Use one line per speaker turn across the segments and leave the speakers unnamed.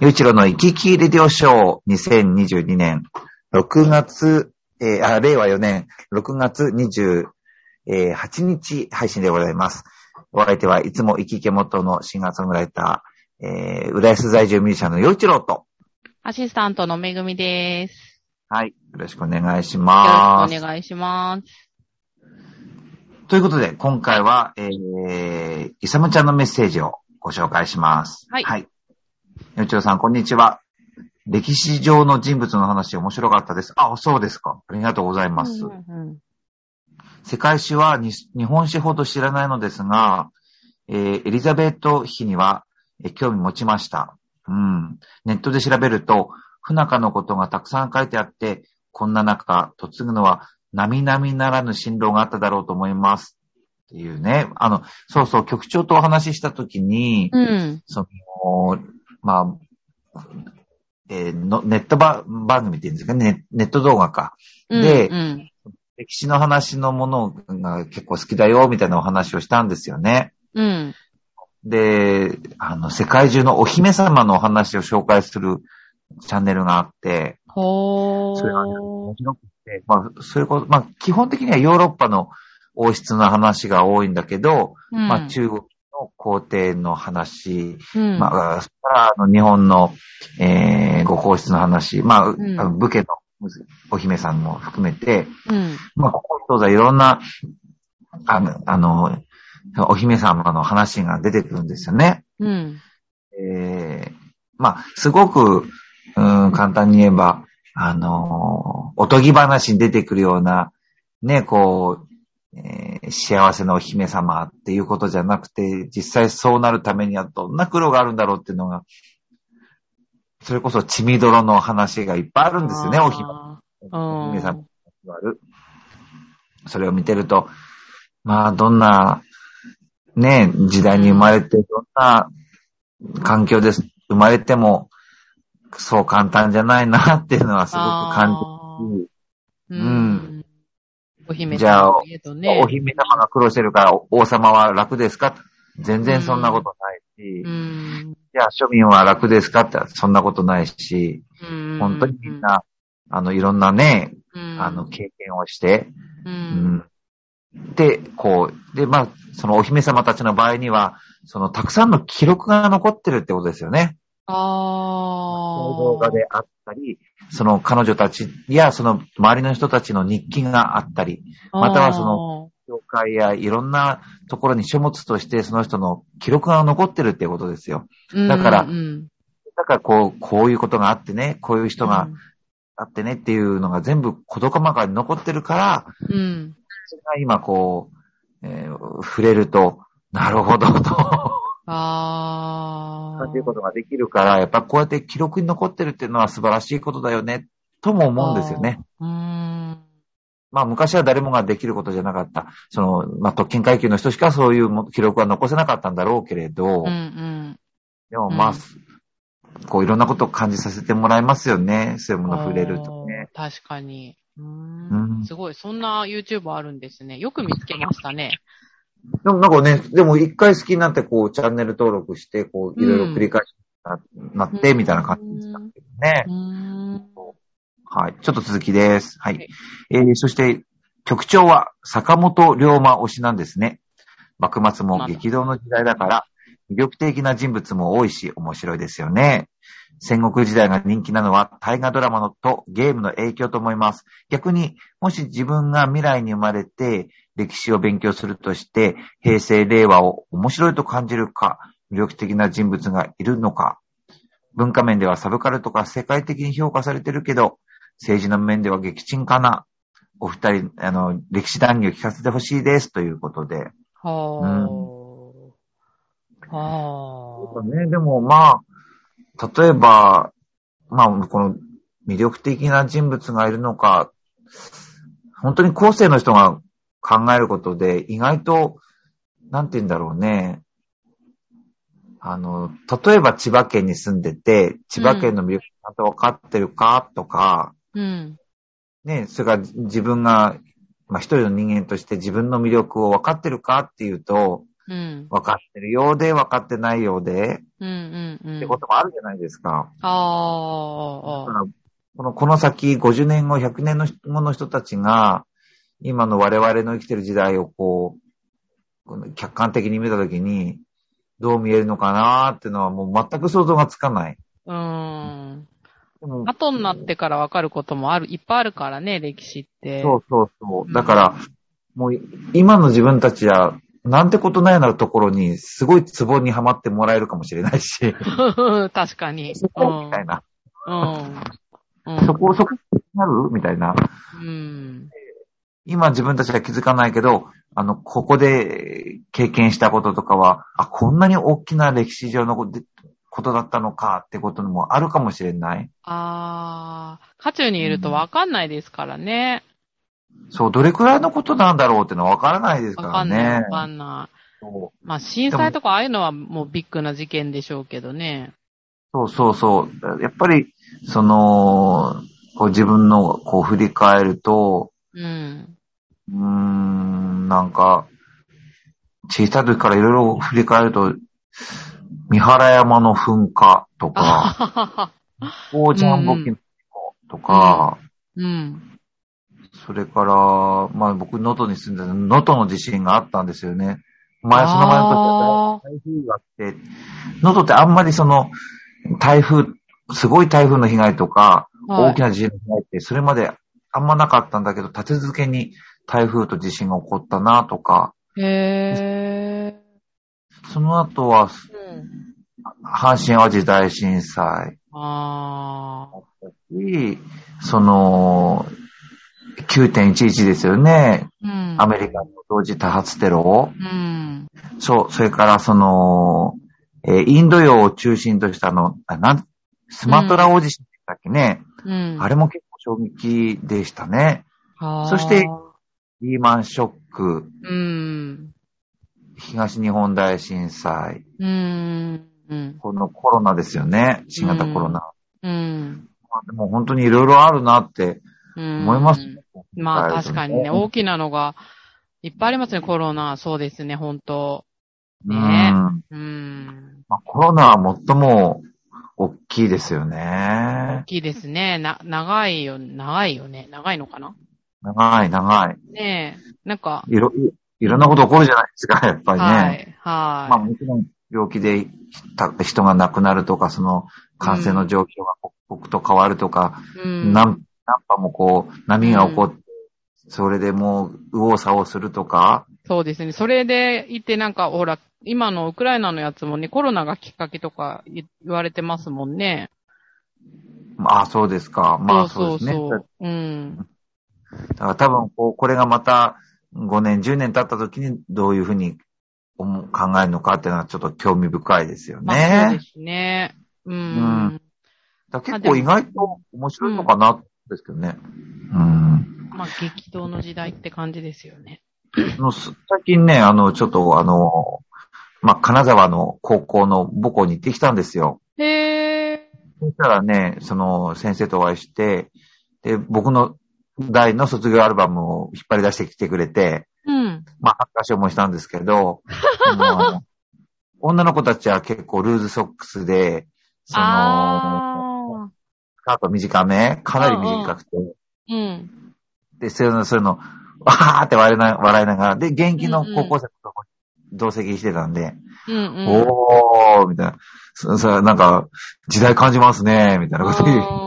ゆういちろうの生き生きレディオショー2022年6月、えーあ、令和4年6月28日配信でございます。お相手はいつも生き生き元のシンガーソングライター、えー、浦安在住ミュージシャンのゆういちろうと、
アシスタントのめぐみです。
はい、よろしくお願いし
よ
ま
ろ
す。
しくお願いします。
ということで、今回は、えー、いさむちゃんのメッセージをご紹介します。
はい
はい。よちろさん、こんにちは。歴史上の人物の話面白かったです。あ、そうですか。ありがとうございます。
うん
世界史はに日本史ほど知らないのですが、えーエリザベート妃には、えー興味持ちました。うん。ネットで調べると、不仲のことがたくさん書いてあって、こんな中、嫁ぐのは、並々ならぬ辛労があっただろうと思います。っていうね。あの、そうそう、局長とお話ししたときに、
うんうん。
その、まあ、えーのネットば番組って言うんですかね、ネネット動画か。
うん。
で
うん。
歴史の話のものが結構好きだよ、みたいなお話をしたんですよね。
うん。
で、あの、世界中のお姫様のお話を紹介するチャンネルがあって、
ほ
それはね
ー。
まあ、そういうこと、まあ、基本的にはヨーロッパの王室の話が多いんだけど、
うん
まあ、中国の皇帝の話、
うん。
まあ、それからあの日本の、えー、ご皇室の話、まあ、
ん
あの武家のお姫さんも含めて、
うん。
まあ、ここに当然いろんな、あの、あの、お姫様の話が出てくるんですよね。
うん。
えーまあ、すごく、うん、簡単に言えば、あの、おとぎ話に出てくるような、ね、こう、えー幸せなお姫様っていうことじゃなくて、実際そうなるためにはどんな苦労があるんだろうっていうのが、それこそ血みどろの話がいっぱいあるんですよね、お姫様。お姫
さ
様
ん。
座る。それを見てると、まあ、どんな、ね、時代に生まれて、どんな環境です、生まれても、そう簡単じゃないなっていうのはすごく感
感
じる。う
じうんん。お姫
じゃあ
様といえどね。
お姫様が苦労してるから、王様は楽ですか全然そんなことないし、
うん。
じゃあ庶民は楽ですかってそんなことないし、
うん
本当にみん、な、あの、いろんなね、あの、経験をして、
う。
うんんで、こう、で、まあ、そのお姫様たちの場合には、そのたくさんの記録が残ってるってことですよね。
あー。
動画であったり、その彼女たちやその周りの人たちの日記があったり、
あー、
またはその教会やいろんなところに書物としてその人の記録が残ってるってことですよ。
うん、
だから
うんうん、
だからこう、こういうことがあってね、こういう人が
うん
あってねっていうのが全部事細かに残ってるから、
うん。
それが今こう、えー触れると、なるほどと。
あー。
感じることができるから、やっぱこうやって記録に残ってるっていうのは素晴らしいことだよね、とも思うんですよね。
うーん。
まあ昔は誰もができることじゃなかった。その、まあ特権階級の人しかそういうも記録は残せなかったんだろうけれど、
うんうん。
でもまあ、
うん
こういろんなことを感じさせてもらいますよね。そういうもの触れるとね。
あー。確かに。うー
うん
んすごい。そんな YouTube あるんですね。よく見つけましたね。
でもなんかね、でも一回好きになってこうチャンネル登録して、こういろいろ繰り返しななって、みたいな感じでしたけどね。
うーん。
はい。ちょっと続きです。はい。
はい
えー、そして、局長は坂本龍馬推しなんですね。幕末も激動の時代だから、魅力的な人物も多いし、面白いですよね。戦国時代が人気なのは、大河ドラマのとゲームの影響と思います。逆に、もし自分が未来に生まれて、歴史を勉強するとして、平成、令和を面白いと感じるか、魅力的な人物がいるのか、文化面ではサブカルとか世界的に評価されてるけど、政治の面では激沈かな。お二人、あの、歴史談義を聞かせてほしいです、ということで。
はあ。は
ね、でもまあ、例えば、まあ、この魅力的な人物がいるのか、本当に後世の人が考えることで、意外と、なんて言うんだろうね。あの、例えば千葉県に住んでて、千葉県の魅力ちゃんと分かってるかとか、
あ。うん。
ね、それから自分が、まあ、一人の人間として自分の魅力を分かってるかっていうと、
うん。
分かってるようで、分かってないようで、
うんうんうん。
ってこともあるじゃないですか。だ
ああ
か
あ
ら
あ、
この、この先50年後、100年の後の人たちが、今の我々の生きてる時代をこう、この客観的に見たときに、どう見えるのかなーってのはもう全く想像がつかない。
うーん。
でも
後になってからわかることもある、いっぱいあるからね、歴史って。
そうそうそう。だから、もう今の自分たちは、なんてことないようなところに、すごいツボにはまってもらえるかもしれないし、
確かに。
そうこみ
ん
た。いな。
うん。
そこ、そこになるみたいな。
うん。
今自分たちは気づかないけど、あの、ここで経験したこととかは、あ、こんなに大きな歴史上のことことだったのかってこともあるかもしれない。
ああ、渦中にいるとわかんないですからね。
そう、どれくらいのことなんだろうってのはわからないですか
わ
ら
かんない、
ね
わ。かんない。
そう
まあ、震災とかああいうのはもうビッグな事件でしょうけどね。
そうそうそう。やっぱり、その、こう自分のこう振り返ると、
うん。
うーん、なんか、小さい時からいろいろ振り返ると、三原山の噴火とか、
あははは。
おーちゃんぼきのとか、
うん。
それから、まあ僕、能登に住んでる能登の地震があったんですよね。前、その前の時は
あ
台風があって、能登ってあんまりその、台風、すごい台風の被害とか、
ーはい
大きな地震の被害って、それまであんまなかったんだけど、立て続けに台風と地震が起こったなとか、
へえ。
その後は、
うん。
阪神淡路大震災、
ああ。
しその、9.11ですよね。
うん。
アメリカの同時多発テロ。
うん。
そう、それからその、えーインド洋を中心としたあの、あなんスマトラ大地震でしたっけね。
うん。
あれも結構衝撃でしたね。
あー
そしてリーマンショック、
うん。
東日本大震災、
うん。うん。
このコロナですよね。新型コロナ。
うん。
まあでも本当にいろいろあるなって
うん
思いますね。
まあ確かにね、
うん
大きなのが、いっぱいありますね、コロナ。そうですね、本当ね
うん
うん。
まあ、コロナは最も大きいですよ
大
ね。
きいですね。な、長いよ、長いよね。長いのかな
長い長い。
ねえ。なんか、
いろ、いいろんなこと起こるじゃないですか、やっぱりね。
はい、はい。
まあもちろん病気でた人が亡くなるとか、その感染の状況が刻々と変わるとか、
うん、
何何波もこう波が起こって、それでもう右往左往するとか、
そうですね。それでいて、なんか、ほら、今のウクライナのやつもね、コロナがきっかけとか言言われてますもんね。
まあそうですか。まあそうですね。
そうそうそう。うん。
だから多分こう、これがまた5年、10年経った時にどういうふうに思う考えるのかっていうのはちょっと興味深いですよ
まあ、そう
ね
で。すね。う。
うんだから結構意外と面白いのかなですけどね。うん。
まあ、激動の時代って感じですよね。
あのす最近ね、あの、ちょっとあの、まあ、金沢の高校の母校に行ってきたんですよ。
へえ。
そしたらね、その先生とお会いして、で、僕の代の卒業アルバムを引っ張り出してきてくれて、
うん。
まあ、恥ずかしい思いしたんですけ ど、あの女の子たちは結構ルーズソックスで、その、
ああ。
スカート短め、かなり短くて、
うん。
で、そういうの、そういうの、わーって笑いな笑いながら、で、現役の高校生と同席してたんで、
うんうん。
おー、みたいな、そそなんか、時代感じますね、みたいなこと言う。
うん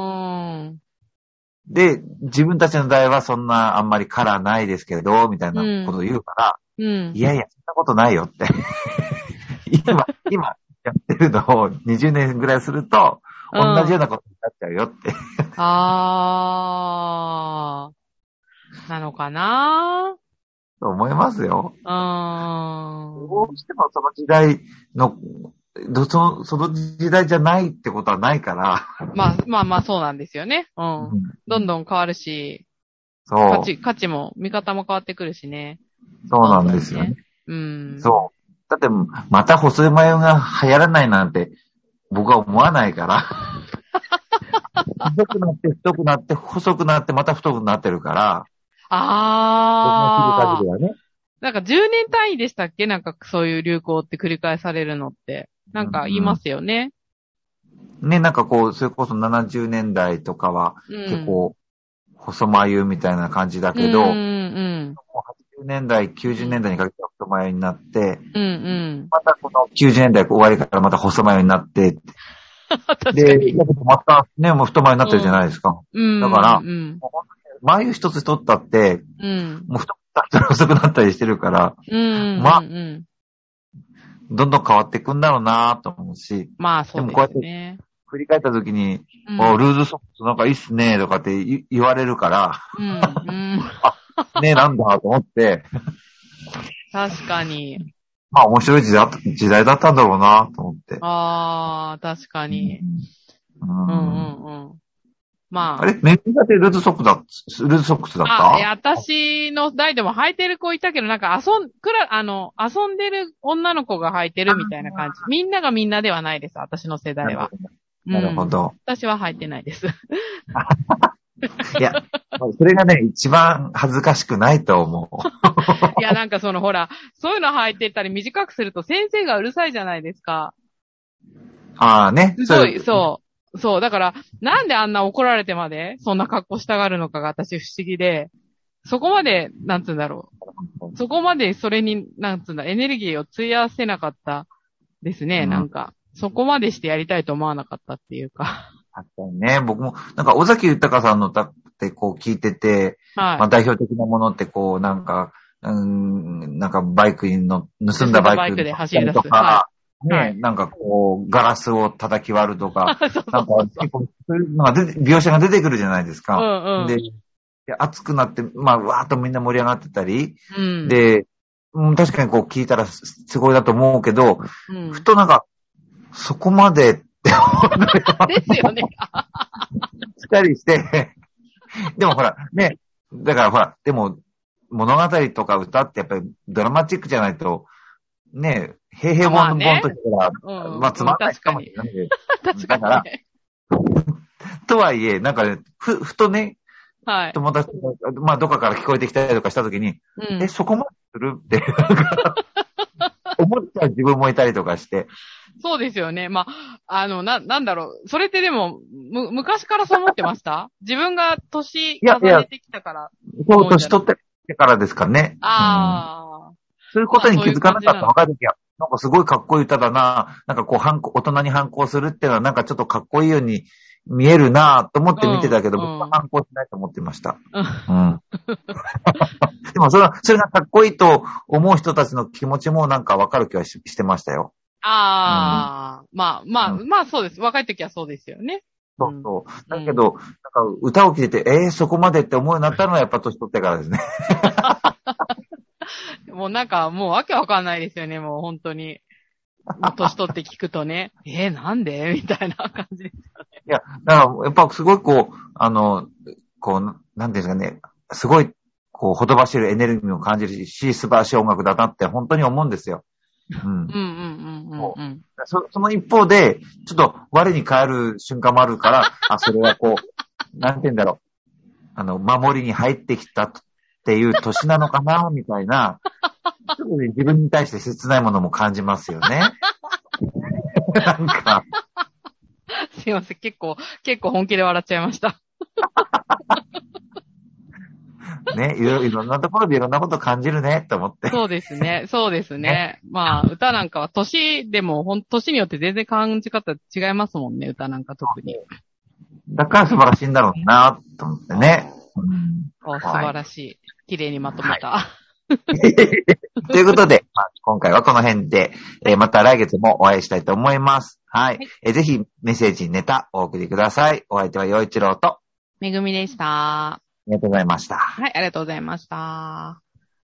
で、自分たちの代はそんなあんまりカラーないですけど、みたいなことを言うから、
うん。
いやいや、そんなことないよって。 今、今やってるのを20年ぐらいすると、同
うん
じようなことになっちゃうよって。
ああ。なのかな
思いますよ。
うん。
どうしてもその時代の、どそのその時代じゃないってことはないから。
まあ、まあまあそうなんですよね。う。
うんん
どんどん変わるし、
そ
価
う。
値、価値も、見方も変わってくるしね。
そうなんですよね。
うん。
そう。だって、また細い眉が流行らないなんて、僕は思わない から。太くなって、太くなって、細くなって、また太くなってるから。
あ
僕の切る限りはね。
なんか10年単位でしたっけなんかそういう流行って繰り返されるのって。なんか言いますよね。
ね、なんかこう、それこそ70年代とかは
うん。
結構、細眉みたいな感じだけ
う
ど、
んうん
80年代、90年代にかけては太眉になって、
うん。うんうん。
またこの90年代終わりからまた細眉になって、
確か
で、
に。
またね、もう太眉になってるじゃないですか。
うん。
だから
うん。
眉一つ取ったって、
うん。
もう太くなったり細くなったりしてるから、
うん。
まあ
うん
どんどん変わっていくんだろうなと思うし、
まあ、そう
でもこうや
で
っ
す
て
ね。
振り返った時に、
うん
おルーズソックスなんかいいっすねとかって言言われるか
うん。うん。
ら、ね、なんだと思って、
確かに。
まあ面白い時代だ時代だったんだろうなと思って。
ああ、確かに。
う
うんんうんうん。ま
あれメンズだってルーズソックスだ、ルーズソックスだっ
あ、あ、いや
た
私の代でも履いてる子いたけど、なんか遊ん、くら、あの、遊んでる女の子が履いてるみたいな感じ。みんながみんなではないです、私の世代は。
なるほ
うん。
ど。
私は履いてないです。
いや、それがね、一番恥ずかしくないと思う。
いや、なんかそのほら、そういうの履いてたり短くすると先生がうるさいじゃないですか。
ああね。
すごい、
う。
そう。そう。だから、なんであんな怒られてまで、そんな格好したがるのかが私不思議で、そこまで、なんつうんだろう。そこまでそれに、なんつうんだ、エネルギーを費やせなかったですね、
うん
なんか。そこまでしてやりたいと思わなかったっていうか。
確かにね、僕も、なんか尾崎豊さんの歌ってこう聞いてて、まあ
は
代表的なものってこう、なんか、うーん、なんかバイクにの、盗んだバイ
盗んだバイ
ク
クで走り出す
とか、ね、
はい
なんかこう、ガラスを叩き割るとか、
い。そう そ
なん
う
か結構、そういうのが出て、描写が出てくるじゃないです
う
か。
んうん。
で、で熱くなって、まあ、わーっとみんな盛り上がってたり、
うん、
で、うん、確かにこう聞いたらすすごいだと思うけど、
うん
ふとなんか、そこまでって思っ
ですよね。
たりして、 でもほら、ね、だからほら、でも、物語とか歌ってやっぱりドラマチックじゃないと、ね、平平凡凡の時から、
うんうん
まあ、つまんない
確
か
か
もし
に。
れないけど
確
だ
か
か
にね。
とはいえ、なんかね、ふ、ふとね、
はい。
友達が、まあ、どっかから聞こえてきたりとかした時に、
うん
え、そこまでするって、 なんか思った自分もいたりとかして。
そうですよね。まあ、あの、な、なんだろう。それってでも、む、昔からそう思ってました 自分が年重ねてきたから。
そう、年取ってからですかね。
ああ、
そういうことに気づかなかった若い時は、なんかすごいかっこいい歌だななんかこう反抗、大人に反抗するっていうのはなんかちょっとかっこいいように見えるなと思って見てたけど、
うんうん
僕は反抗しないと思ってました。
うん
うん。 でもそれは、それがかっこいいと思う人たちの気持ちもなんかわかる気はししてましたよ。
ああ、まあ、まあ、
う
まあそうです。若い時はそうですよね。
そうそう。
うん
だけど、なんか歌を聴いてて、えー、そこまでって思うようになったのはやっぱ年取ってからですね。
もうなんか、もうわけわかんないですよね。もう本当に。もう年取って聞くとね。 えー、なんでみたいな感じです。
いや、だからやっぱすごいこう、あの、こう、なんていうんですかね、すごい、こう、ほとばしるエネルギーを感じるし、素晴らしい音楽だなって本当に思うんですよ。うん
うん。うんうんうんうん。
そその一方で、ちょっと我に返る瞬間もあるから、あ、それはこう、 なんて言うんだろう。あの、守りに入ってきたっていう年なのかな、みたいな、ちょっとね、自分に対して切ないものも感じますよね。なんか、
すいません。結構、結構本気で笑っちゃいました。
ね、いろいろんなところでいろんなこと感じるね、と思 って。
そうですね。そうですね。まあ、歌なんかは年でも、ほん、年によって全然感じ方違いますもんね、歌なんか特に。
だから素晴らしいんだろうな、と思ってね。うん
お素晴らしい。綺麗にまとめた。
ということで、まあ、今回はこの辺で、えーまた来月もお会いしたいと思います。はい。
はい
えーぜひメッセージ、ネタお送りください。お相手は陽一郎と、あ
めぐみでした。は
りがとうございました。
い、ありがとうございました。